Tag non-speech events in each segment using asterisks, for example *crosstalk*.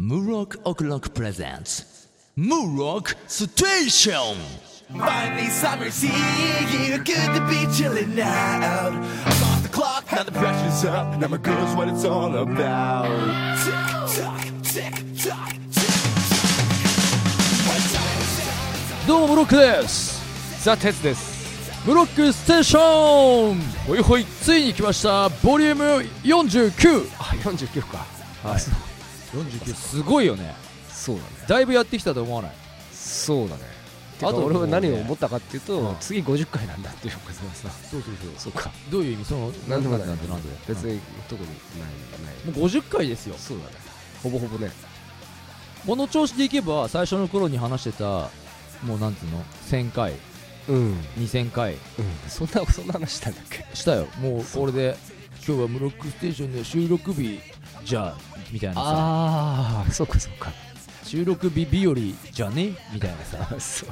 Murok O'Clock presents Murok Station! Finally, summer's here. Yeah, good to be chilling out. I'm off the clock, now the pressure's up. Now my girl's what it's all about. Tick tock, tick tock, tick tock. どうもブロックですザ・テツですブロックステーションほいほいついに来ましたボリューム49あ49かはい49すごいよねそうだねだいぶやってきたと思わないそうだねああとと俺は何を思ったかっていうと、うん次50回なんだっていうことがさそうそうそうそうかどういう意味そのなんでもないなんでなんで別うんに特にないない、もう50回ですよそうだねほぼほぼねこの調子でいけば最初の頃に話してたもうなんていうの1000回うん、うん、 2000回そんなそんな話したんだっけしたよもうこれで今日はブロックステーションの収録日じゃあみたいなさああそうかそうか収録日日和じゃねみたいなさあそう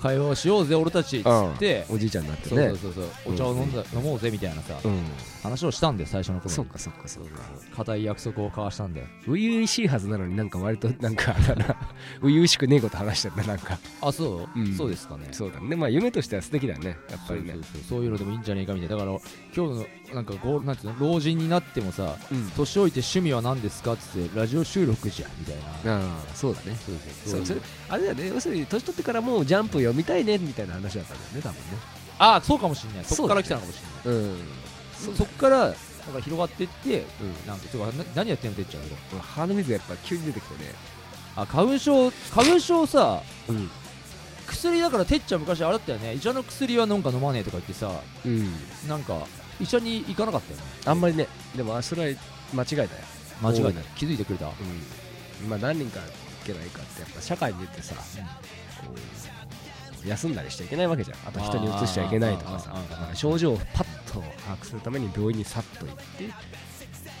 会話をしようぜ俺たちっつって、おじいちゃんになってそうねそうそうそう、お茶を飲んだ、飲もうぜみたいなさ、うん話をしたんで最初のそ頃うにかそうかそうか固い約束を交わしたんで初々しいはずなのになんか割となんかあれだな初々しくねえこと話してんだなんかあそう、うんそうですかねそうだねまあ夢としては素敵だねやっぱそうりねそうそうそういうのでもいいんじゃねえかみたいなだから今日のなんかゴーなんていうの老人になってもさうん年老いて趣味は何ですかっつってラジオ収録じゃんみたいなああそうだねそうそそううそそうれあれだよね要するに年取ってからもうジャンプ読みたいねみたいな話だったんだよね多あそうかもしんないそそっうかだらね来たのかもしんない分ねそ,、っからなんか広がってってうんうんなんかてかな何やってんのてっちゃんこれ俺鼻水がやっぱ急に出てきてねあ花粉症花粉症さうん薬だからてっちゃん昔あれだったよね医者の薬はなんか飲まねえとか言ってさうんなんか医者に行かなかったよねあんまりねでもあそれは間違いだよ間違い多ないい気づいてくれた、うんまあ何人かいけないかってやっぱ社会に出てさこう休んだりしちゃいけないわけじゃんあと人にうつしちゃいけないとかさあーあーあーだから症状をパッと把握するために病院にさっと行って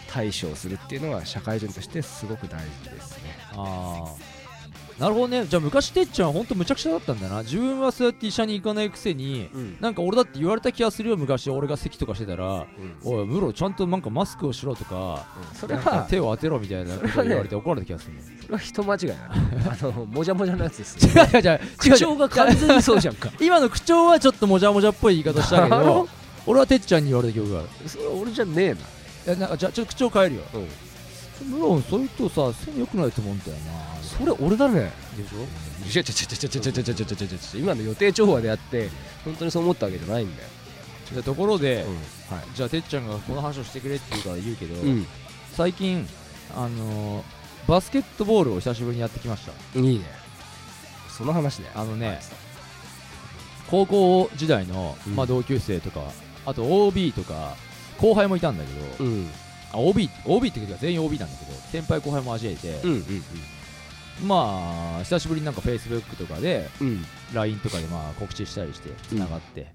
対処するっていうのは社会人としてすごく大事ですねああなるほどねじゃあ昔てっちゃんはほんとむちゃくちゃだったんだな自分はそうやって医者に行かないくせにうんなんか俺だって言われた気がするよ昔俺が咳とかしてたらうんおいムロちゃんとなんかマスクをしろと *laughs* かそれなんはか手を当てろみたいなことそれはね言われて怒られた気がするそれは人間違いだなあのもじゃもじゃのやつですよ違う違う違う口調が完全にそうじゃんか今の口調はちょっともじゃもじゃっぽい言い方したけだどろ俺はてっちゃんに言われた記憶があるそれ俺じゃねえないやなんかじゃあちょっと口調変えるようんムロそういう人さ背に良くないと思うんだよなそれ俺だねでしょいやちょちょちょちょちょちょちょちょちょちょちょ今の予定調和でやって本当にそう思ったわけじゃないんだよじゃあところで、うんはいじゃあてっちゃんがこの話をしてくれって言うから言うけど、う最近あのーバスケットボールを久しぶりにやってきましたんいいねその話だよあのね高校時代の、うんまあ、同級生とかあと OB とか後輩もいたんだけど、うんあ OB, OB っていうか全員 OB なんだけど先輩後輩も交えてう、んうんまあ久しぶりになんか Facebook とかでうん LINE とかでまあ告知したりしてつながって、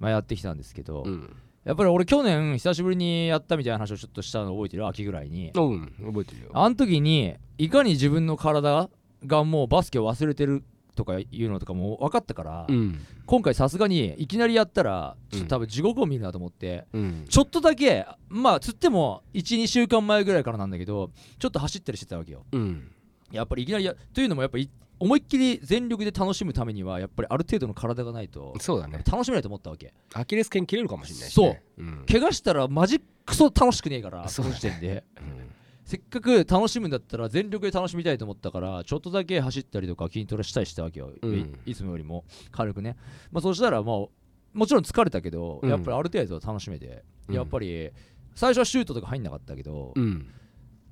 まあ、やってきたんですけど、うんやっぱり俺去年久しぶりにやったみたいな話をちょっとしたの覚えてる秋ぐらいにうん覚えてるよあの時にいかに自分の体がもうバスケを忘れてるとかいうのとかも分かったから、うん今回さすがにいきなりやったらちょっうんと多分地獄を見るなと思って、うんちょっとだけまあつっても12週間前ぐらいからなんだけどちょっと走ったりしてたわけようんやっぱりいきなりやというのもやっぱり思いっきり全力で楽しむためにはやっぱりある程度の体がないとそうだね楽しめないと思ったわけアキレス腱切れるかもしれないしそうねうん怪我したらマジクソ楽しくねえからそそのうだね時点でうんせっかく楽しむんだったら全力で楽しみたいと思ったからちょっとだけ走ったりとか筋トレしたりしたわけよ、うんいいつもよりも軽くね、まあ、そうしたらもうもちろん疲れたけどうんやっぱりある程度楽しめて、うんやっぱり最初はシュートとか入んなかったけど、うん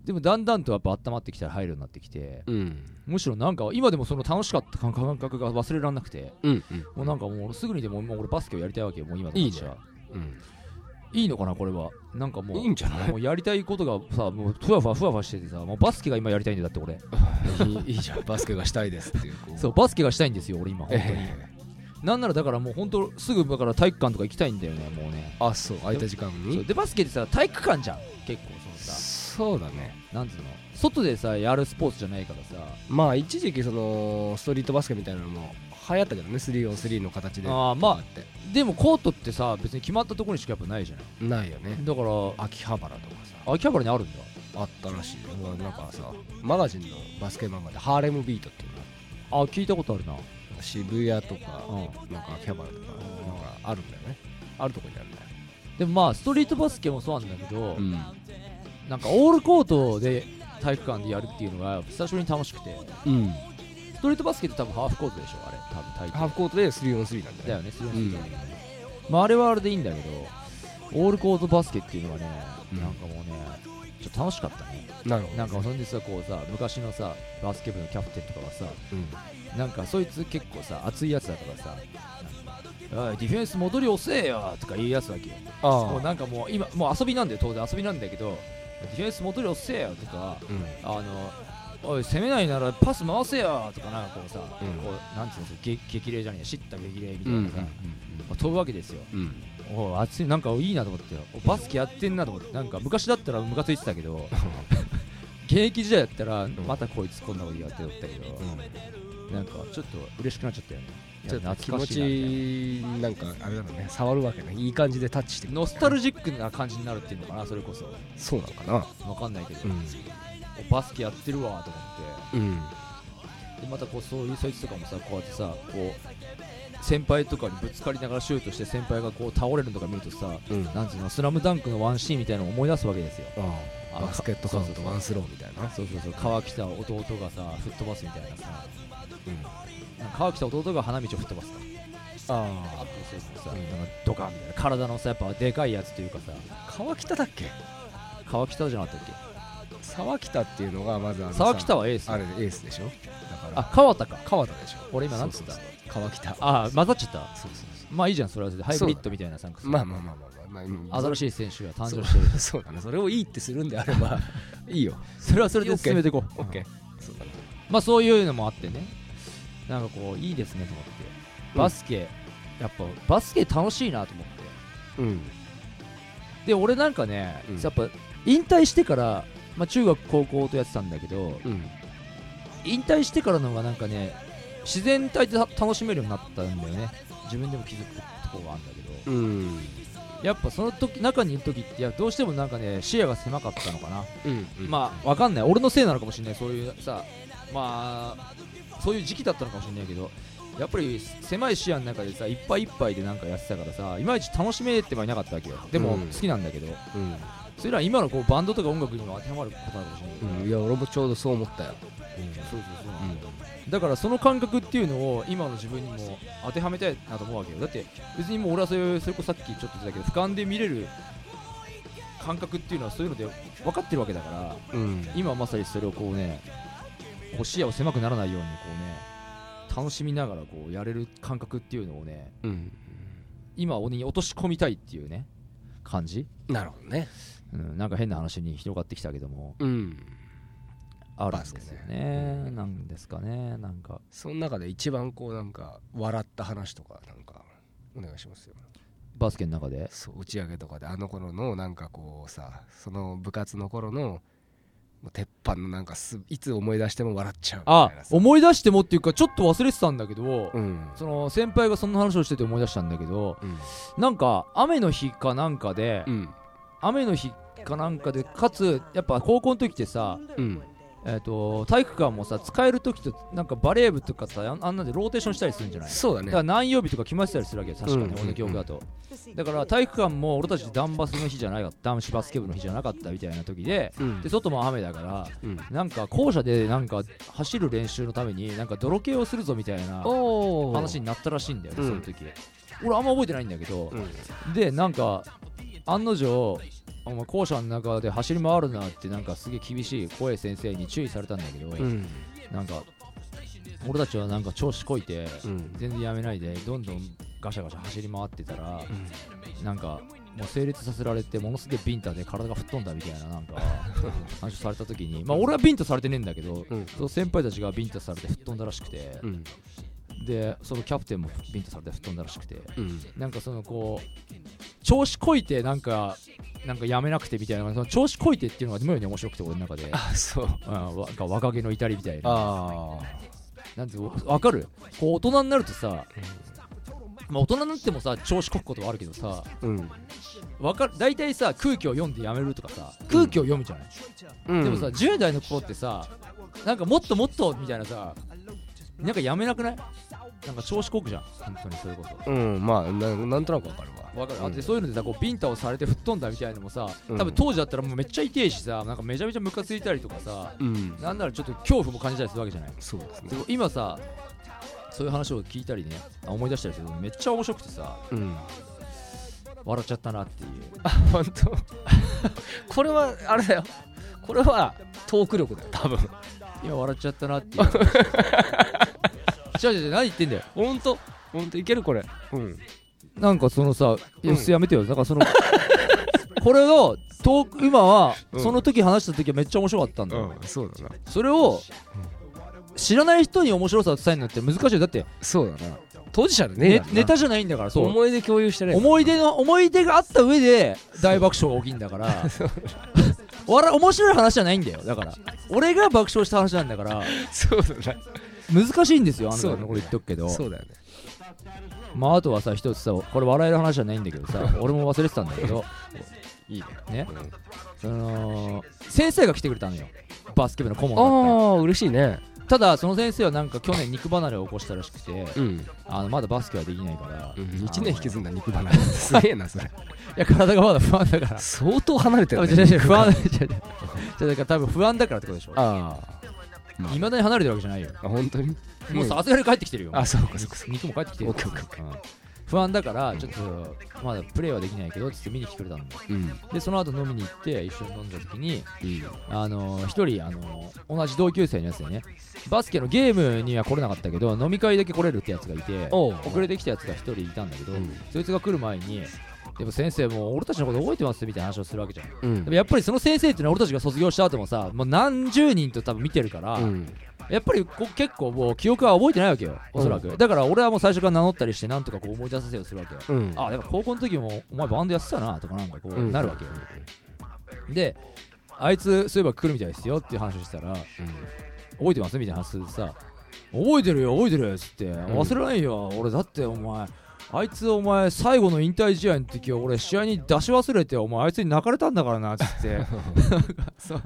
でもだんだんとやっぱ温まってきたら入るようになってきて、うんむしろなんか今でもその楽しかった感感覚が忘れられなくてうんもうなんかもうすぐにでももう俺バスケをやりたいわけよもう今のいいね私はいうんいいのかなこれはなんかもういいんじゃないもうやりたいことがさもうふわふわふわふわしててさもうバスケが今やりたいんだよだって俺いい *laughs* いいじゃんバスケがしたいですっていうこうそうバスケがしたいんですよ俺今本当に、ええなんならだからもう本当すぐだから体育館とか行きたいんだよねもうねあそう空いた時間そうにでバスケってさ体育館じゃん結構そのさそうだねなんつうの外でさやるスポーツじゃないからさまあ一時期そのストリートバスケみたいなのも流行ったけどね 3on3 の形であーまあとかっでもコートってさ別に決まったところにしかやっぱないじゃないてないよねだから秋葉原とかさ秋葉原にあるんだあったらしいよなんかさマガジンのバスケ漫画でハーレムビートっていうのがあ聞いたことあるな渋谷とか、うなんか秋葉原とかなんかあるんだよねあるとこにあるんだよ、でもまあストリートバスケもそうなんだけど、んなんかオールコートで体育館でやるっていうのが久しぶりに楽しくてうん、ストリートバスケって多分ハーフコートでしょあれ多分体育ハーフコートで 3on3 なんだよねだよねするんだよね、まああれはあれでいいんだけどオールコートバスケっていうのはね、うんなんかもうねちょっと楽しかったねなるほどなんかそんでさこうさ昔のさバスケ部のキャプテンとかがさうんなんかそいつ結構さ熱いやつだからさなんかおいディフェンス戻り遅えよとか言いやすわけよもうああなんかもう今もう遊びなんだよ当然遊びなんだけどディフェンス戻り遅えよとかうんあのおい攻めないならパス回せよとかなんかこうさ、うんこうなんつうの激激励じゃねえ叱咤激励みたういんなさ、飛ぶわけですようんうんおい熱いなんかいいなと思ってよおバスケやってんなと思ってなんか昔だったらムカついてたけ *laughs* ど現役時代だったらまたこいつこんなことやってたけど、なんかちょっと嬉しくなっちゃったよねちょっと気懐か持しいなみたいなちなんかあれだろうね触るわけねいい感じでタッチしてくるノスタルジックな感じになるっていうのかなそれこそそうなのかなわかんないけど、うんおバスケやってるわと思っうんてでまたこうそういうそいつとかもさこうやってさこう先輩とかにぶつかりながらシュートして先輩がこう倒れるのとか見るとさうんなんつうのスラムダンクのワンシーンみたいなのを思い出すわけですよあああバスケットカウントワンスローみたいなそうそうそう川北弟がさ吹っ飛ばすみたいなさうんなんか川北弟が花道を吹っ飛ばすかアッあプしてるさ、うんなんかドカンみたいな体のさやっぱでかいやつというかさあ川北だっけ川北じゃなかったっ沢北っていうのがまずあのけさ沢北はエースあれエースでしょだからあ川田か川田でしょ俺今なんつったそうそうそう川北あ混ざっちゃったそうそうそまあいいじゃんそれはそれでハイブリッドみたいな参加うまあまあまあまあまあまあ新ししい選手が誕そ生うしてるそうだねそれをいいってするんであれ *laughs* ばいいよそれはそれで進めていこうオッケーそうだねまあそういうのもあってねなんかこういいですねと思ってバスケ、やっぱバスケ楽しいなと思ってうんで俺なんかね、うんやっぱ引退してから、まあ、中学高校とやってたんだけどうん引退してからの方がなんかね自然体で楽しめるようになったんだよね自分でも気づくところがあるんだけどうんやっぱその時中にいる時っていやどうしてもなんかね視野が狭かったのかな、うんまあわかんない俺のせいなのかもしれないそういうさまあそういう時期だったのかもしれないけどやっぱり狭い視野の中でさいっぱいいっぱいでなんかやってたからさいまいち楽しめてはいなかったわけよでもうん好きなんだけど、あうんそれら今のこうバンドとか音楽にも当てはまることなのかもしれないけど、うんいや俺もちょうどそう思ったよそうそうそうなんだよ、だからその感覚っていうのを今の自分にも当てはめたいなと思うわけよだって別にもう俺はそれそれこそさっきちょっと言ってたけど俯瞰で見れる感覚っていうのはそういうので分かってるわけだからうん今まさにそれをこうねこう視野を狭くならないようにこうね楽しみながらこうやれる感覚っていうのをねうん今に落とし込みたいっていうね感じ、なるほどねうん、なんか変な話に広がってきたけどもうんあるんですよねなんですかねなんかその中で一番こうなんか笑った話とかなんかお願いしますよバスケの中でそう打ち上げとかであの頃のなんかこうさその部活の頃のもう鉄板のなんかすいつ思い出しても笑っちゃうみあたいなさ思い出してもっていうかちょっと忘れてたんだけど、うんその先輩がそんな話をしてて思い出したんだけどうんなんか雨の日かなんかで、うん雨の日かなんかでかつやっぱ高校の時ってさ、うんえー、と体育館もさ使える時となんかバレー部とかさあんあんなんでローテーションしたりするんじゃないそうだだねから何曜日とか決まってたりするわけよ確かに、うん俺の記憶だと、だから体育館も俺たちダンバスの日じゃないか男子バスケ部の日じゃなかったみたいな時でうんで外も雨だからうんなんか校舎でなんか走る練習のためになんか泥系をするぞみたいなおー話になったらしいんだよね、うんその時俺あんま覚えてないんだけどう、んでなんか案の定お前校舎の中で走り回るなってなんかすげえ厳しい怖い先生に注意されたんだけど、うんなんか俺たちはなんか調子こいて、うん全然やめないでどんどんガシャガシャ走り回ってたら、なんかもう整列させられてものすげえビンタで体が吹っ飛んだみたいななんか話をされた時にまあ俺はビンタされてねえんだけど、うんその先輩たちがビンタされて吹っ飛んだらしくて、うんでそのキャプテンもビンタされて吹っ飛んだらしくて、うんなんかそのこう調子こいてなんかなんかやめなくてみたいなその調子こいてっていうのが妙に面白くて俺の中 *laughs* で。あ *laughs* そううん、わが若気の至りみたいなあなんてわわかるこう大人になるとさ、まあ、大人になってもさ調子こくことはあるけどさうんわかる大体さ空気を読んでやめるとかさ空気を読むじゃない、うんでもさ10代の子ってさなんかもっともっとみたいなさなんかやめなくないなんか調子こくじゃん本当にそれこそうんまあななんとなくわかるわわかる、うあんでそういうのでさこうビンタをされて吹っ飛んだみたいなのもさうん多分当時だったらもうめっちゃ痛いしさなんかめちゃめちゃムカついたりとかさうんなんならちょっと恐怖も感じたりするわけじゃないそうですでねも今さそういう話を聞いたりねあ思い出したりするとめっちゃ面白くてさうん笑っちゃったなっていう *laughs* 本当これはあれだよこれはトーク力だよ多分いや笑っちゃったなっていう違う違う違う何言ってんだよ本当本当いけるこれうんなんかそのさ、いやうんそれやめてよ、なんかその、これのトーク、今は、うんその時話した時はめっちゃ面白かったんだよ。うんそうだなそれを、知らない人に面白さを伝えるのって難しいよ。だって、そうだな当事者でねえねからなネタじゃないんだから、そう。思い出共有してない思い出の思い出があった上で大爆笑が起きんだから *laughs* 笑面白い話じゃないんだよだから俺が爆笑した話なんだからそうだ難しいんですよあのそうこだねれ言っとくけどなそうだよねまああとはさ一つさこれ笑える話じゃないんだけ *laughs* どさ俺も忘れてたんだけどいいねねそうんの先生が来てくれたのよバスケ部の顧問だったああ嬉しいねりただその先生はなんか去年肉離れを起こしたらしくてうんあのまだバスケはできないから、 1年引きずんだ肉離れ *laughs* すげえなそれいや体がまだ不安だから相当離れて多る分違う違う不安違う違う違うだから *laughs* 多分不安だからってことでしょあいまだに離れてるわけじゃないよあ本当にもうさすがに帰ってきてるよあそうかそうかそうか肉も帰ってきてるオッケーオッケーオッケうん不安だからちょっとまだプレーはできないけどつって見に来てくれたのうんでその後飲みに行って一緒に飲んだ時にうんあのー一人、あのー同じ同級生のやつでねバスケのゲームには来れなかったけど飲み会だけ来れるってやつがいておう遅れてきたやつが一人いたんだけど、うんそいつが来る前にでも先生もう俺たちのこと覚えてますみたいな話をするわけじゃんでうんもやっぱりその先生っていうのは俺たちが卒業した後もさもう何十人と多分見てるから、うんやっぱりこう結構もう記憶は覚えてないわけよおそらく、うだから俺はもう最初から名乗ったりしてなんとかこう思い出させようとするわけよ、うんあでも高校の時もお前バンドやってたなとかなんかこうなるわけよ、であいつそういえば来るみたいですよっていう話をしたら覚えてますみたいな話でさ覚えてるよ覚えてるよっつって忘れないよ、俺だってお前あいつお前最後の引退試合の時は俺試合に出し忘れてお前あいつに泣かれたんだからなっつって *laughs* そう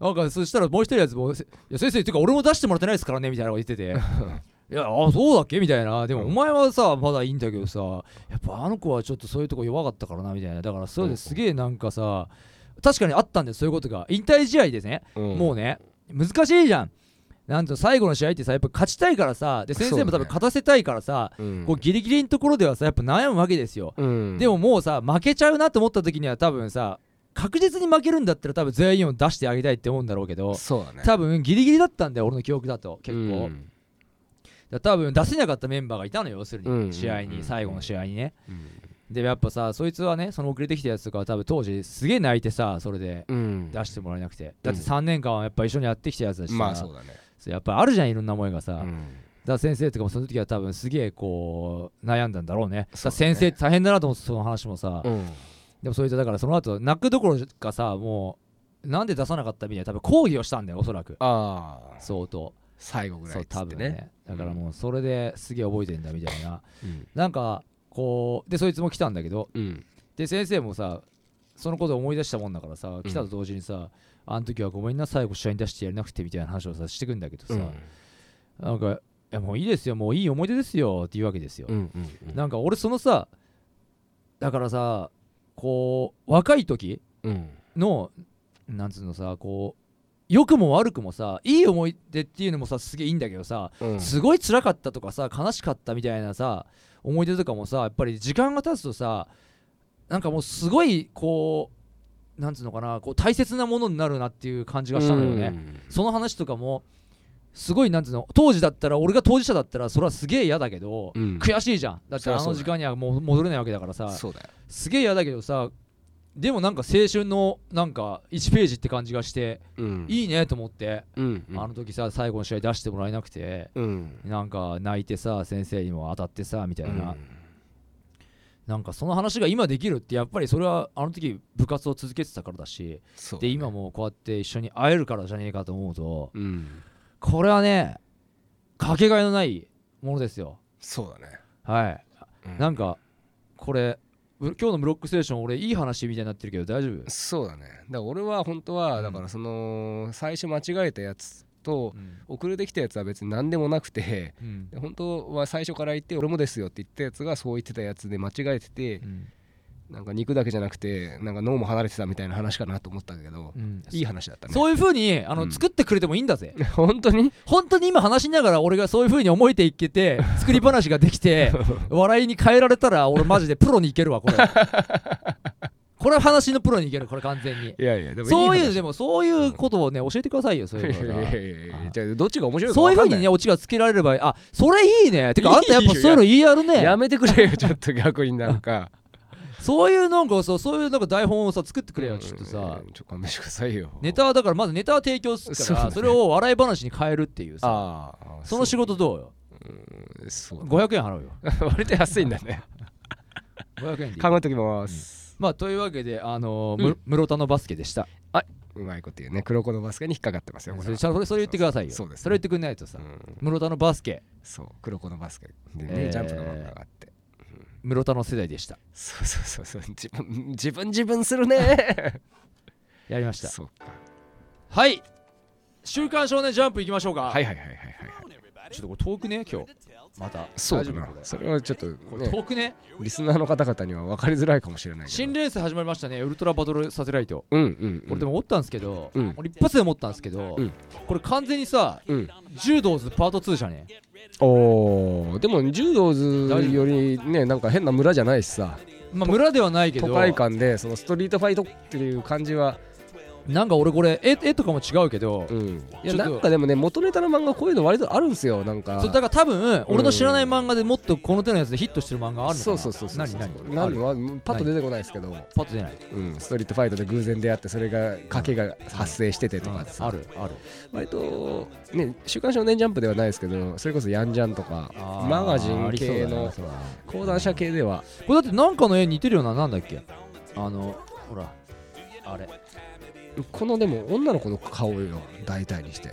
*laughs* なんかそしたらもう一人のやつも「いや先生っていうか俺も出してもらってないですからね」みたいなこと言って *laughs* て「いやあそうだっけ?」みたいな「でもお前はさまだいいんだけどさやっぱあの子はちょっとそういうとこ弱かったからな」みたいなだからそうですげえなんかさ確かにあったんですそういうことが引退試合ですねうんもうね難しいじゃんなんと最後の試合ってさやっぱ勝ちたいからさで先生も多そうだ分ね勝たせたいからさ、うんこうギリギリのところではさやっぱ悩むわけですよ、うんでももうさ負けちゃうなと思った時には多分さ確実に負けるんだったら多分全員を出してあげたいって思うんだろうけどそうだね多分ギリギリだったんだよ俺の記憶だと結構、だかうんら多分出せなかったメンバーがいたのよ要するに、うん試合うんに最後の試合にね、うんでやっぱさそいつはねその遅れてきたやつとかは多分当時すげえ泣いてさそれでうん出してもらえなくてだって3年間はやっぱ一緒にやってきたやつだしさ、まあそうだねそうやっぱあるじゃんいろんな思いがさ、うだかんら先生とかもその時は多分すげえこう悩んだんだろうねそだからうだね先生って大変だなと思ってその話もさ、うんでもそいつはだからその後泣くどころかさもうなんで出さなかったみたいな多分抗議をしたんだよおそらくああ相当最後ぐらそいうっつ多って分ねねだからもうそれですげえ覚えてんだみたいな、うんなんかこうでそいつも来たんだけどうんで先生もさそのことを思い出したもんだからさ来たと同時にさ、あの時はごめんな最後試合に出してやれなくてみたいな話をさしてくんだけどさ、うんなんかいやもういいですよもういい思い出ですよって言うわけですよ、うんうんうんなんか俺そのさだからさこう若い時うんのなんつうのさこう良くも悪くもさいい思い出っていうのもさすげえいいんだけどさ、うんすごい辛かったとかさ悲しかったみたいなさ思い出とかもさやっぱり時間が経つとさなんかもうすごいこうなんつうのかなこう大切なものになるなっていう感じがしたのよね、うんその話とかもすごいなんつうの当時だったら俺が当事者だったらそれはすげえ嫌だけど、うん悔しいじゃんだってそりあゃそのうだ時間にはもう戻れないわけだからさそうだよすげえ嫌だけどさでもなんか青春のなんか1ページって感じがして、うんいいねと思って、うんあの時さ最後の試合出してもらえなくてうんなんか泣いてさ先生にも当たってさみたいな、なんかその話が今できるってやっぱりそれはあの時部活を続けてたからだしそうだでね今もこうやって一緒に会えるからじゃねえかと思うとうんこれはねかけがえのないものですよそうだねはい、うんなんかこれぶ今日のブロックステーション俺いい話みたいになってるけど大丈夫そうだねだから俺は本当はだからその最初間違えたやつとうん遅れてきたやつは別に何でもなくてうん本当は最初から言って俺もですよって言ったやつがそう言ってたやつで間違えててうんなんか肉だけじゃなくてなんか脳も離れてたみたいな話かなと思ったんだけどうんいい話だったねそういう風にあの、うん作ってくれてもいいんだぜ *laughs* 本当に本当に今話しながら俺がそういう風に思えていけ *laughs* て作り話ができて笑いに変えられたら俺マジでプロにいけるわ *laughs* これこれは話のプロにいけるこれ完全にいやいやでもそういう話でもそういうことをね教えてくださいよそういうのいやがいやいやいやじゃあどっちが面白いかそういう分か風んなにいねオチがつけられればあそれいいねてかいいあよんたやっぱそういうの言いやるねやめてくれよちょっと逆になんかそういうなんかそうそういうなんか台本をさ作って *laughs* くれよちょっとさうんちょっと勘弁してくださいよネタはだからまずネタは提供するそかうだらねそれを笑い話に変えるっていうさああその仕事どうよ事そう500円払うよ *laughs* 割と安いん *laughs* だね500円でいい考えときます、まあというわけであのーうんむ室田のバスケでしたうまいこと言うね黒子のバスケに引っかかってますよこそれれはそれそれ言ってくださいよそうですねれ言ってくんないとさうん室田のバスケそう黒子のバスケでね、えージャンプが真ん中あって室田の世代でしたそうそうそうそう自分自分自分す *laughs* るねやりましたそうかはい週刊少年ジャンプ行きましょうかはいはいはいはいはいはいちょっとこれ遠くね今日またそうだ大丈夫なこれそれはちょっと、ね、遠くねリスナーの方々には分かりづらいかもしれないけ新どレース始まりましたねウルトラバトルサテライトうんうん、うん、俺でも思ったんですけど、うん俺一発で思ったんですけど、うんこれ完全にさうん柔道図パート2じゃねおーでも柔道図よりねなんか変な村じゃないしさまあ村ではないけど都会感でそのストリートファイトっていう感じはなんか俺これ絵絵とかも違うけど、うんいちょっやとなんかでもね元ネタの漫画こういうの割とあるんすよなんかそうだから多分俺の知らない漫画でもっとこの手のやつでヒットしてる漫画あるのかなそうそうそうそう何何あ何るはパッと出てこないですけど、パッと出ないうん、ストリートファイトで偶然出会ってそれが賭けが発生しててとかってさあるある割とね「週刊少年ジャンプ」ではないですけどそれこそヤンジャンとかあーマガジン系ありのそうだなそ講談社系ではうだこれだってなんかの絵似てるよななんだっけあのほらあれこのでも女の子の顔よ大体にして、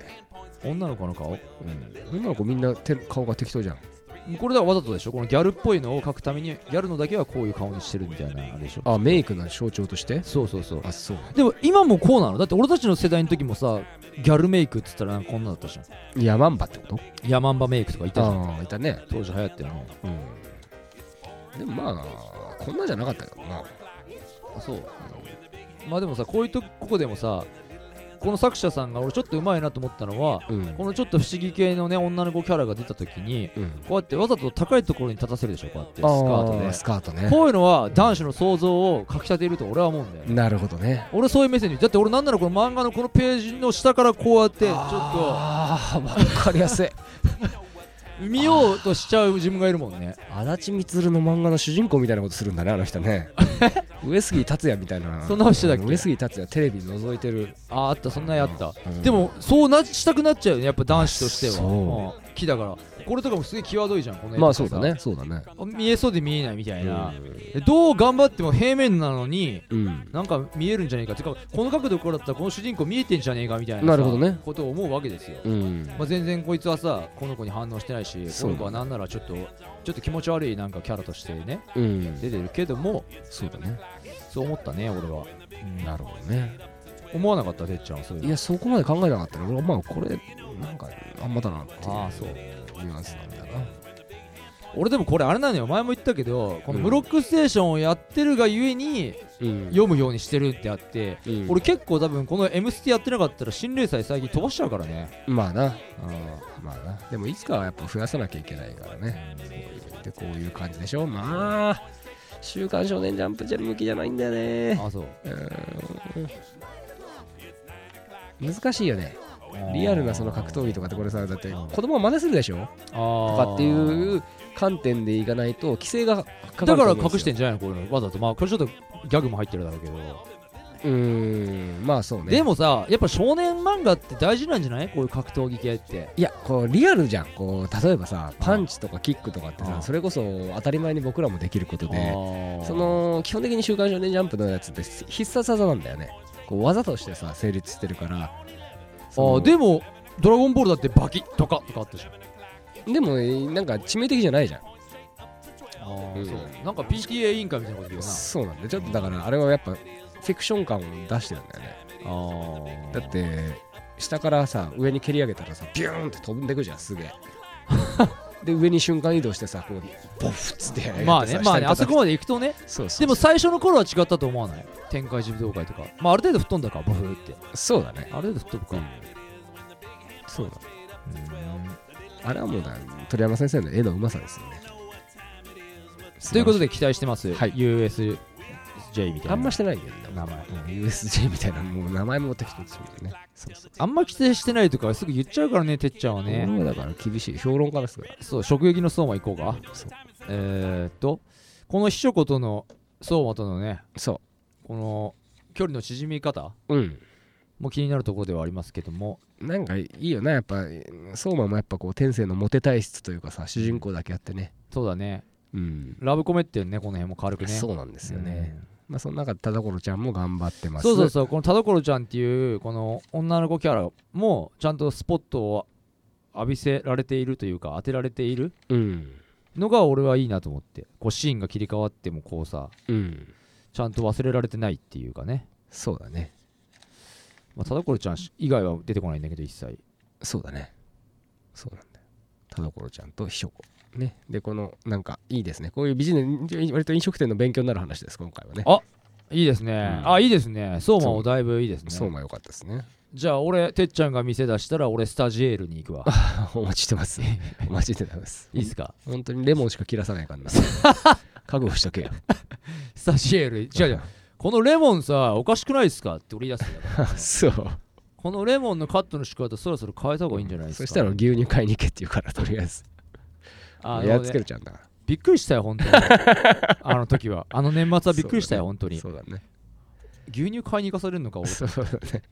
女の子の顔うん、女の子みんな手顔が適当じゃんこれだからわざとでしょこのギャルっぽいのを描くためにギャルのだけはこういう顔にしてるみたいなあれでしょあメイクの象徴としてそうそうそうあそうでも今もこうなのだって俺たちの世代の時もさギャルメイクっつったらなんかこんなだったじゃんヤマンバってことヤマンバメイクとかいたじゃんああいたね当時流行ってるのうんでもまあこんなじゃなかったけどなあそうまあでもさこういうとここでもさこの作者さんが俺ちょっとうまいなと思ったのはうんこのちょっと不思議系のね女の子キャラが出た時にうんこうやってわざと高いところに立たせるでしょこうやってスカあートでスカートねこういうのは男子の想像をかきたてると俺は思うんだよねなるほどね俺そういう目線にだって俺なんならこの漫画のこのページの下からこうやってちょっああ分かりやすいと見ようとしちゃう自分がいるもんね足立光の漫画の主人公みたいなことするんだねあの人 *laughs* ね上杉達也みたいなそんな人だっけ上杉達也テレビ覗いてるあああったそんなやった、うんでもそうなしたくなっちゃうよねやっぱ男子としてそは、うん木だからこれとかもすげえ際どいじゃんこの絵まあそとかさうだねそうだね見えそうで見えないみたいな、でどう頑張っても平面なのにうんなんか見えるんじゃねえかてかこの角度からだったらこの主人公見えてんじゃねえかみたいなさなるほどねことを思うわけですよ、うんまあ、全然こいつはさこの子に反応してないしそこうの子はなんならちょっとちょっと気持ち悪いなんかキャラとしてねうん出てるけどもそうだねそう思ったね俺は、なるほどね思わなかったてっちゃんはそういういのやそこまで考えなかったね俺はまあこれなんかあんまだなっていうああそうニュアンスなんだな俺でもこれあれなのよ前も言ったけどこの「ブロックステーション」をやってるがゆえにうん読むようにしてるってあって、うん俺結構多分この「M ステ」やってなかったら心霊祭最近飛ばしちゃうからねまあなまあなでもいつかはやっぱ増やさなきゃいけないからねでこういう感じでしょまあ「週刊少年ジャンプ」じゃ向きじゃないんだよねあ *laughs* そう難しいよねリアルなその格闘技とかってこれさだって子供は真似するでしょととかっていう観点でいかないと規制がかかだるかとら思うん隠ですよしてんじゃないのこういうのわざとまあこれちょっとギャグも入ってるだろうけど、うーんまあそうねでもさやっぱ少年漫画って大事なんじゃないこういう格闘技系っていやこうリアルじゃんこう例えばさパンチとかキックとかってあさあそれこそ当たり前に僕らもできることあでーその基本的に「週刊少年ジャンプ」のやつって必殺技なんだよねこう技としてさ成立してるからあーでも「ドラゴンボール」だってバキッとかとかあったじゃんでもえーなんか致命的じゃないじゃんうんそうなんか PTA 委員会みたいなこと言うよなそうなんだよちょっとだからあれはやっぱフィクション感を出してるんだよねあだって下からさ上に蹴り上げたらさビューンって飛んでくじゃんすげえ *laughs* で上に瞬間移動してさこうボフッつってやられてさまあねまあね下に叩あそこまで行くとねそうそうでも最初の頃は違ったと思わない展開柔道会とかまあある程度吹っ飛んだかボフってそうだねある程度吹っ飛ぶか、うんそうだあれはもうだ鳥山先生の絵のうまさですよねということで期待してます、はい USJ みたいなあんましてないけどね名前うん USJ みたいなもう名前も持ってきてるんですよねそうそうあんま規制してないとかすぐ言っちゃうからねてっちゃんはね、ね、だから厳しい評論家ですからそう食撃の相馬行こうかそうえー、っとこの秘書子との相馬とのねそこの距離の縮み方ううんも気になるところではありますけどもなんかいいよなやっぱ相馬もやっぱこう天性のモテ体質というかさ主人公だけあってねそうだねうん、ラブコメっていうねこの辺も軽くねそうなんですよね、まあその中で田所ちゃんも頑張ってうんますそうそうそうこの田所ちゃんっていうこの女の子キャラもちゃんとスポットを浴びせられているというか当てられているうんのが俺はいいなと思ってこうシーンが切り替わってもこうさうんちゃんと忘れられてないっていうかね、そうだねまあ、田所ちゃん以外は出てこないんだけど一切そうだねそうなんだよ田所ちゃんと秘書子ねでこのなんかいいですねこういうビジネス割と飲食店の勉強になる話です今回はねあいいですね、うんあいいですね相馬もだいぶいいですね相馬良かったです *laughs* ねじゃあ俺てっちゃんが店出したら俺スタジエールに行 *laughs* くわお待ちしてます *laughs* お待ちしてますいいっすか本当にレモンしか切らさないか *laughs* らな覚悟しとけよスタジエール違う *laughs* 違うこのレモンさおかしくないっすかって俺言い出すんだからそうこのレモンのカットの仕方そろそろ変えた方がいいんじゃないですかそしたら牛乳買いに行けって言うからとりあえずあやのっつけね、るちゃんだからびっくりしたよ本 *laughs* 当にあの時はあの年末はびっくりしたよ本当にそうだね牛乳買いに行かされるのか俺そうだね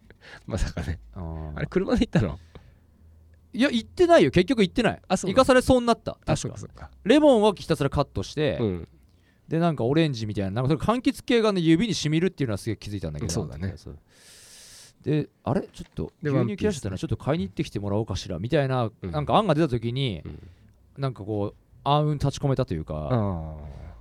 まさかねああーれ車で行ったのいや行ってないよ結局行ってないあそう行なのかされそうになったあ確そうかかそうかレモンはひたすらカットして、うんでなんかオレンジみたいななんかそれ柑橘系がね指にしみるっていうのはすげえ気づいたんだけどそうだねそうであれちょっとで牛乳切らしてたワらンピースちょっと買いに行ってきてもらおうかしらみたいな、うんなんか案が出た時に、うんなんかこう暗雲立ち込めたというか、あ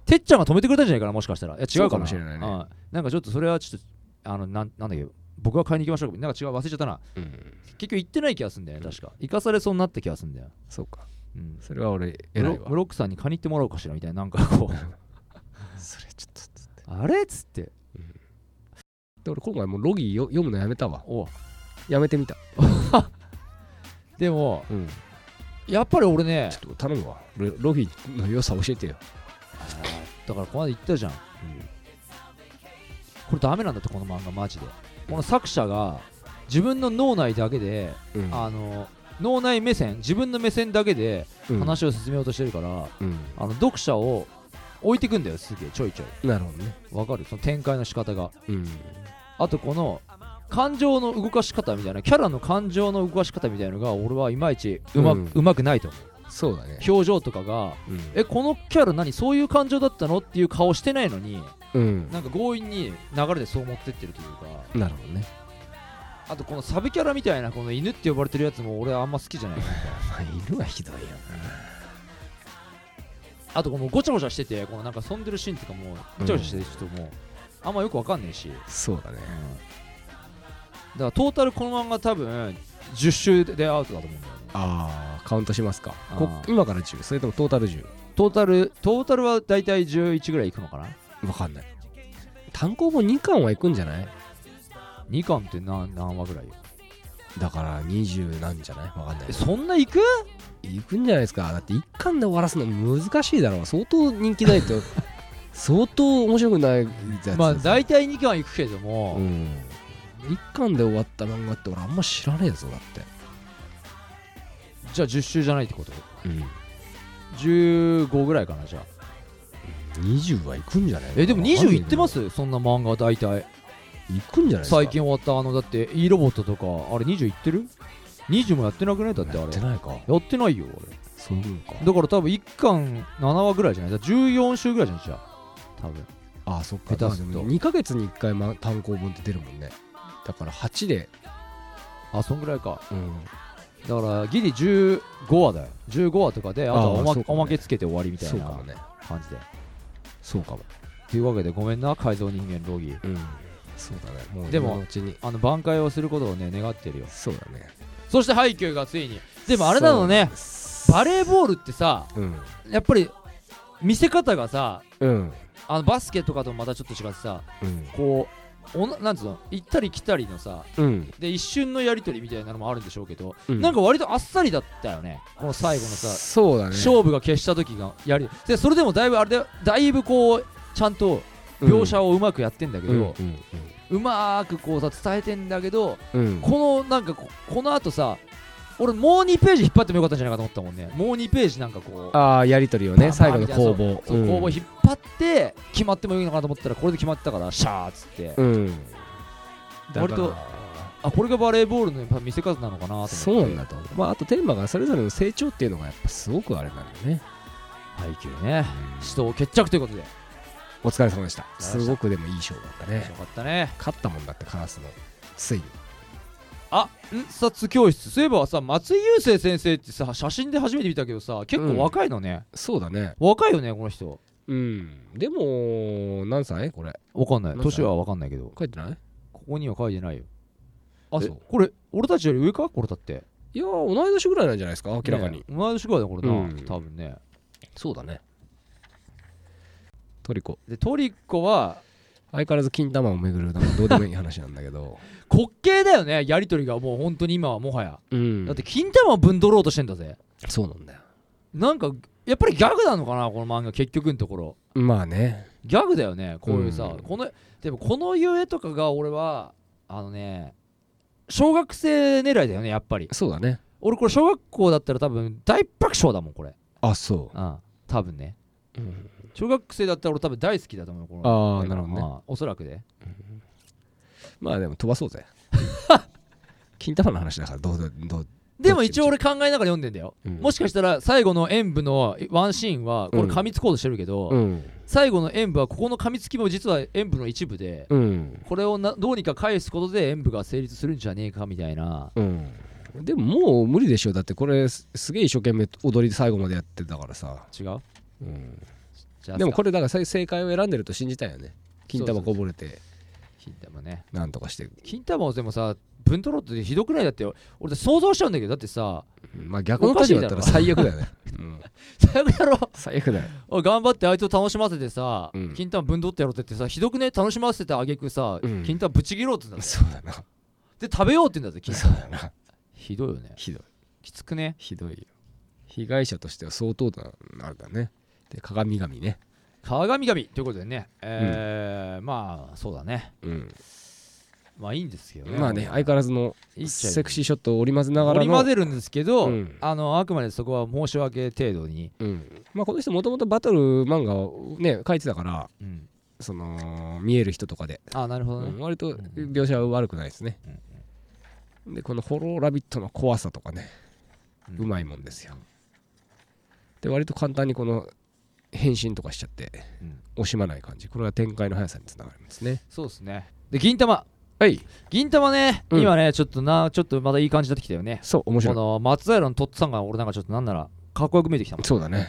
てっちゃんが止めてくれたんじゃないかなもしかしたらいや違うかそなうかもしれないねああなんかちょっとそれはちょっとあのなんなんだっけ僕が買いに行きましょうなんか違う忘れちゃったなあうん結局行ってない気がすんだよね確か行かされそうになった気がすんだよ、そうかうん、それは俺ブ偉ロいわブロックさんに買いに行ってもらおうかしらみたいななんか *laughs* こうそれちょっとつってあれっつってで俺今回もうロギーよ読むのやめたわおうやめてみたでもうんちやっぱり俺ねょっと頼むわロロギーの良さ教えてよだからこの間言ったじゃん、これダメなんだってこの漫画マジでこの作者が自分の脳内だけで、うんあの脳内目線自分の目線だけでうん話を進めようとしてるから、うんあの読者を置いてくんだよすげえちょいちょいなるほどねわかるその展開の仕方がうんあとこの感情の動かし方みたいなキャラの感情の動かし方みたいのが俺はいまいちうま,、ううんまくないと思うそうだね表情とかがうんえこのキャラ何そういう感情だったのっていう顔してないのにうんなんか強引に流れでそう持ってってるというかなるほどねあとこのサブキャラみたいなこの犬って呼ばれてるやつも俺はあんま好きじゃないまあ犬はひどいよあとこのごちゃごちゃしててこのなんか遊んでるシーンとかもごちゃごちゃしてる人もあんまよくわかんないし、うん、だなそうだねからトータルこの漫画多分10周でアウトだと思うんだよねああカウントしますかあーこ今から10それともトータル10トータルトータルは大体11ぐらいいくのかなわかんない単行本2巻はいくんじゃない2巻って何何話ぐらいよだから20なんじゃないわかんないえそんないくいくんじゃないですかだって1巻で終わらすの難しいだろう相当人気 *laughs* ないと相当面白くないやつだまあ大体2巻いくけども、うん1巻で終わった漫画って俺あんま知らねえぞだっじゃあ10周じゃないってことて、うん、 15ぐらいかなじゃあ20はいくんじゃないえでも20いってますすそんな漫画大体いくんじゃないですか最近終わったあのだって E ロボットとかあれ20いってる ?20 もやってなくねだってあやれってないかやってないよ俺そういうことかだから多分1巻7話ぐらいじゃないだから14週ぐらいじゃんじゃあ多分ああそっか下手だすると2ヶ月に1回、ま、単行本って出るもんねだから8で、あそんぐらいかうん、だからギリ15話だよ15話とかであとはおあーまそうかおもねまけつけて終わりみたいそうなかもね感じでそうかもというわけでごめんな改造人間ロギーうんそうだねもうでも今のうちにあの挽回をすることをね願ってるよそうだねそしてハイキューがついにでもあれなのねバレーボールってさうんやっぱり見せ方がさうんあのバスケとかともまたちょっと違ってさうんこうおななんつうの行ったり来たりのさうん、で一瞬のやり取りみたいなのもあるんでしょうけど、うん、なんか割とあっさりだったよねこの最後のさ、そうだね勝負が消した時がやりでそれでもだいぶあれだだいぶこうちゃんと描写をうまくやってんだけど、ううんうんまーくこうさ伝えてんだけどうんうんこのなんかここのあとさ俺もう2ページ引っ張ってもよかったんじゃないかと思ったもんねもう2ページなんかこうああやり取りをバねン最後バンのみたいな攻防そううん攻防引っ張って決まってもいいのかなと思ったらこれで決まってたからシャーっつって、うん割とだかあこれがバレーボールのやっぱ見せ方なのかなと思っらてそうなんだと思うまああとテーマがそれぞれの成長っていうのがやっぱすごくあれなんだよね配球ね死闘決着ということでよお疲れ様でしたでしたすごくでもいい勝負だったねかったね勝ったもんだってカラスのついにあん殺教室そういえばさ松井優生先生ってさ写真で初めて見たけどさ結構若いのね、そうだね若いよねこの人うんでも何歳これわかんないなんだ年はわかんないけど書いてないここには書いてないよあえそうこれ俺たちより上かこれだっていやー同い年ぐらいなんじゃないですか明らかに、ね同い年ぐらいだこれな、うん多分ねそうだねトリコでトリコは相変わらず金玉をめぐるなんかどうでもいい話なんだけど滑稽だよねやり取りがもう本当に今はもはや、 *laughs* うんだって金玉をぶんどろうとしてんだぜそうなんだよなんかやっぱりギャグなのかなこの漫画結局のところまあねギャグだよねこういうさ、うんこのでもこのゆえとかが俺はあのね小学生狙いだよねやっぱりそうだね俺これ小学校だったら多分大爆笑だもんこれあそうん多分ねう、うん、小学生だったら俺多分大好きだと思うこのああなるほどねまあおそらくでまあでも飛ばそう *laughs* ぜ金玉の話だからどうぞどうでも一応俺考えながら読んでんだよ、うんもしかしたら最後の演舞のワンシーンはこれ噛みつこうとしてるけど、うん最後の演舞はここの噛みつきも実は演舞の一部で、うんこれをなどうにか返すことで演舞が成立するんじゃねえかみたいなうんでももう無理でしょだってこれすすげえ一生懸命踊り最後までやってたからさ、違ううん、じゃあでもこれだからさ正解を選んでると信じたよね金玉こぼれて金玉ねなんとかして金玉をでもさ分取ろうってひどくないだって俺想像しちゃうんだけどだってさまあ逆の立場だったら最悪だよ *laughs* ね、うん、最悪だろ最悪だよお頑張ってあいつを楽しませてさ、うん金玉分取ってやろうって言ってさひどくね楽しませてあげくさ、うん金玉ぶち切ろうって言うんだぜそうだなで食べようって言うんだぜ金そ玉うだなひどいよねひどいきつくねひどいよ被害者としては相当だあれだねで鏡神ね鏡神ということでねえーまあそうだねうんまあいいんですけどねまあね相変わらずのいいっちゃいいセクシーショットを織り交ぜながら織のり交ぜるんですけど、うんあのあくまでそこは申し訳程度に、うんまあこの人もともとバトル漫画をね書いてたからうん、その見える人とかで、あなるほどね、うん割と描写は悪くないですね、でこの「ホローラビット!」の怖さとかねうんうまいもんですよで割と簡単にこの変身とかしちゃってうん惜しまない感じこれが展開の速さにつながりますねそうですねで銀玉はい銀玉ね、うん今ねちょっとなちょっとまだいい感じになってきたよねそう面白こいの松平のとっつぁんが俺なんかちょっとなんならかっこよく見えてきたもんそうだね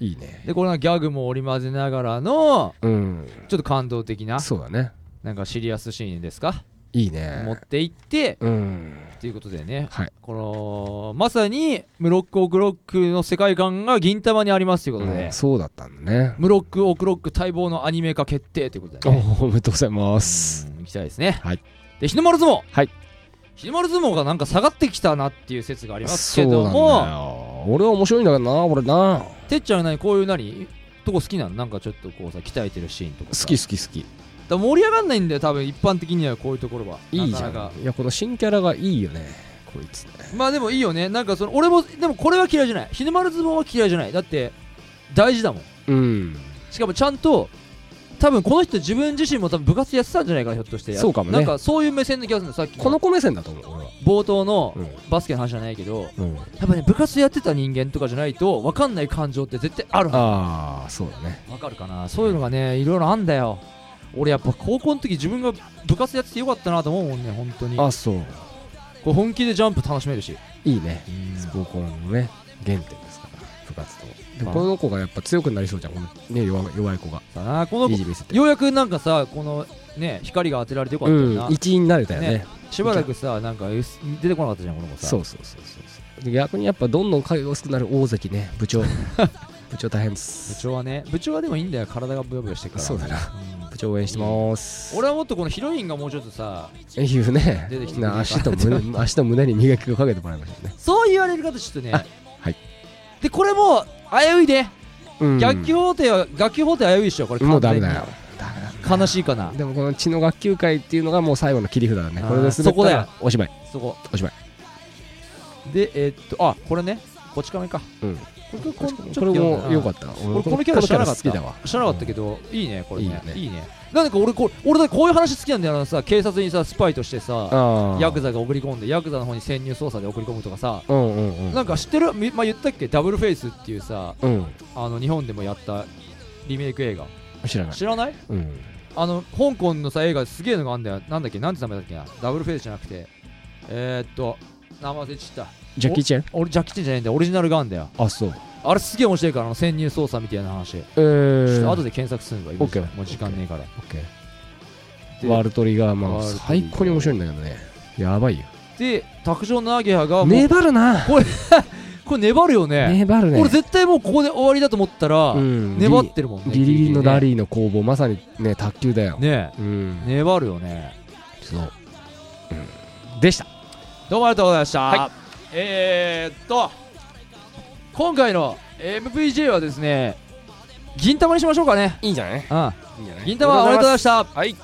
うんいいねでこれはギャグも織り交ぜながらのうんちょっと感動的なそうだねなんかシリアスシーンですかいい持っねていってうんっていうことでねはいこのまさにムロック・オクロックの世界観が銀玉にありますということで、うんそうだったんだねムロック・オクロック待望のアニメ化決定ということでおねおおめでとうございますうん行きたいですねはいで日の丸相撲はい日の丸相撲がなんか下がってきたなっていう説がありますそけうどなんだもよ俺は面白いんだけどな俺なてっちゃんは何こういう何とこ好きなのなんかちょっとこうさ鍛えてるシーンとか好さき好き好きだから盛り上がんないんだよ多分一般的にはこういうところはいいじゃなかなんいやこの新キャラがいいよねこいつねかまあでもいいよねなんかその俺もでもこれは嫌いじゃない日の丸相撲は嫌いじゃないだって大事だもんうんしかもちゃんと多分この人自分自身も多分部活やってたんじゃないかなひょっとしてそうかもねなんかそういう目線の気がするんだよさっきこの子目線だと思う俺は冒頭のうんバスケの話じゃないけどうんやっぱね部活やってた人間とかじゃないと分かんない感情って絶対あるはああそうだねず分かるかなそういうのがねいろいろあんだよ俺やっぱ高校の時自分が部活やっててよかったなと思うもんね本当にこあそうう本気でジャンプ楽しめるしいいねスポーコンのね原点ですから部活とでもこの子がやっぱ強くなりそうじゃんこの、ね、弱弱い子がさあこのいい子じ見せてようやくなんかさこのね光が当てられてよかっうたよな、ん一員になれたよねねしばらくさなんかうす出てこなかったじゃんこの子さそうそうそうそうで逆にやっぱどんどん影が薄くなる大関ね部 *laughs* 長部長大変です部長はね部長はでもいいんだよ体がブヨブヨしてるからそうだなうん部長応援してます俺はもっとこのヒロインがもうちょっとさえいうね出てきてくれなたら足と *laughs* 胸足と胸に磨きをかけてもらいましたねそう言われる方ちょっとねあはいでこれもう危ういで、うん逆級法廷は学級法廷は危ういでしょこれもうダメだよ完全に悲しいかなでもこの血の学級会っていうのがもう最後の切り札だねあーこれでそこだよおしまいそこおしまいでえーっとあこれねこち亀かうんこれこんちこょっれともや良だかなった俺俺このキャラ知らなかっ好きだわた知らなかったけどいいねこれねいいねいいねなんか俺こ俺だってこういう話好きなんだよなさ警察にさスパイとしてさあーヤクザが送り込んでヤクザの方に潜入捜査で送り込むとかさうんうんうんなんか知ってるみまあ言ったっけダブルフェイスっていうさうんあの日本でもやったリメイク映画知らない知らないうんあの香港のさ映画すげえのがあんだよなんだっけなんて名前だっけなダブルフェイスじゃなくてえー、っと名前忘れちゃったジャッキー・チェン俺ジャッキーチェンじゃないんだよオリジナルがあんだよあそうあれすげえ面白いからあの潜入捜査みたいな話、えちょっーとオ後ッで検索するわオッケー今もう時間ねえからケーでワールドトリガーマワンールドトリガ最ー高に面白いんだけどねやばいよで卓上のアゲハがもう粘るなこれ粘るよね粘るね俺絶対もうここで終わりだと思ったら、うん粘ってるもんねギリギリのラーリーの攻防まさにね卓球だよねうんえ粘るよねそうでしたどうもありがとうございました、はえー、っと今回の MVJ はですね銀玉にしましょうかねいいんじゃうんないいいんじゃな銀玉ありがとうございましたはい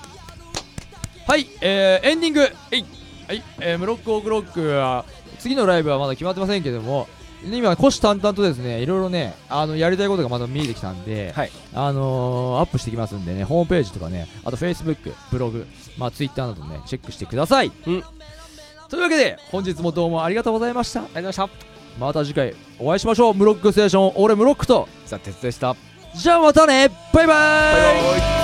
はい、えーエンディングはい、はいえー、ムロックオクロックは次のライブはまだ決まってませんけども今虎視眈々とですねいろいろねあのやりたいことがまだ見えてきたんで、はいあのーアップしてきますんでねホームページとかねあと Facebook ブログ、まあ、Twitter などねチェックしてください、うんというわけで本日もどうもありがとうございましたありがとうございままた次回お会いしましょうムロックステーション俺ムロックとしたさあ鉄でしたじゃあまたねバイバイバイバイ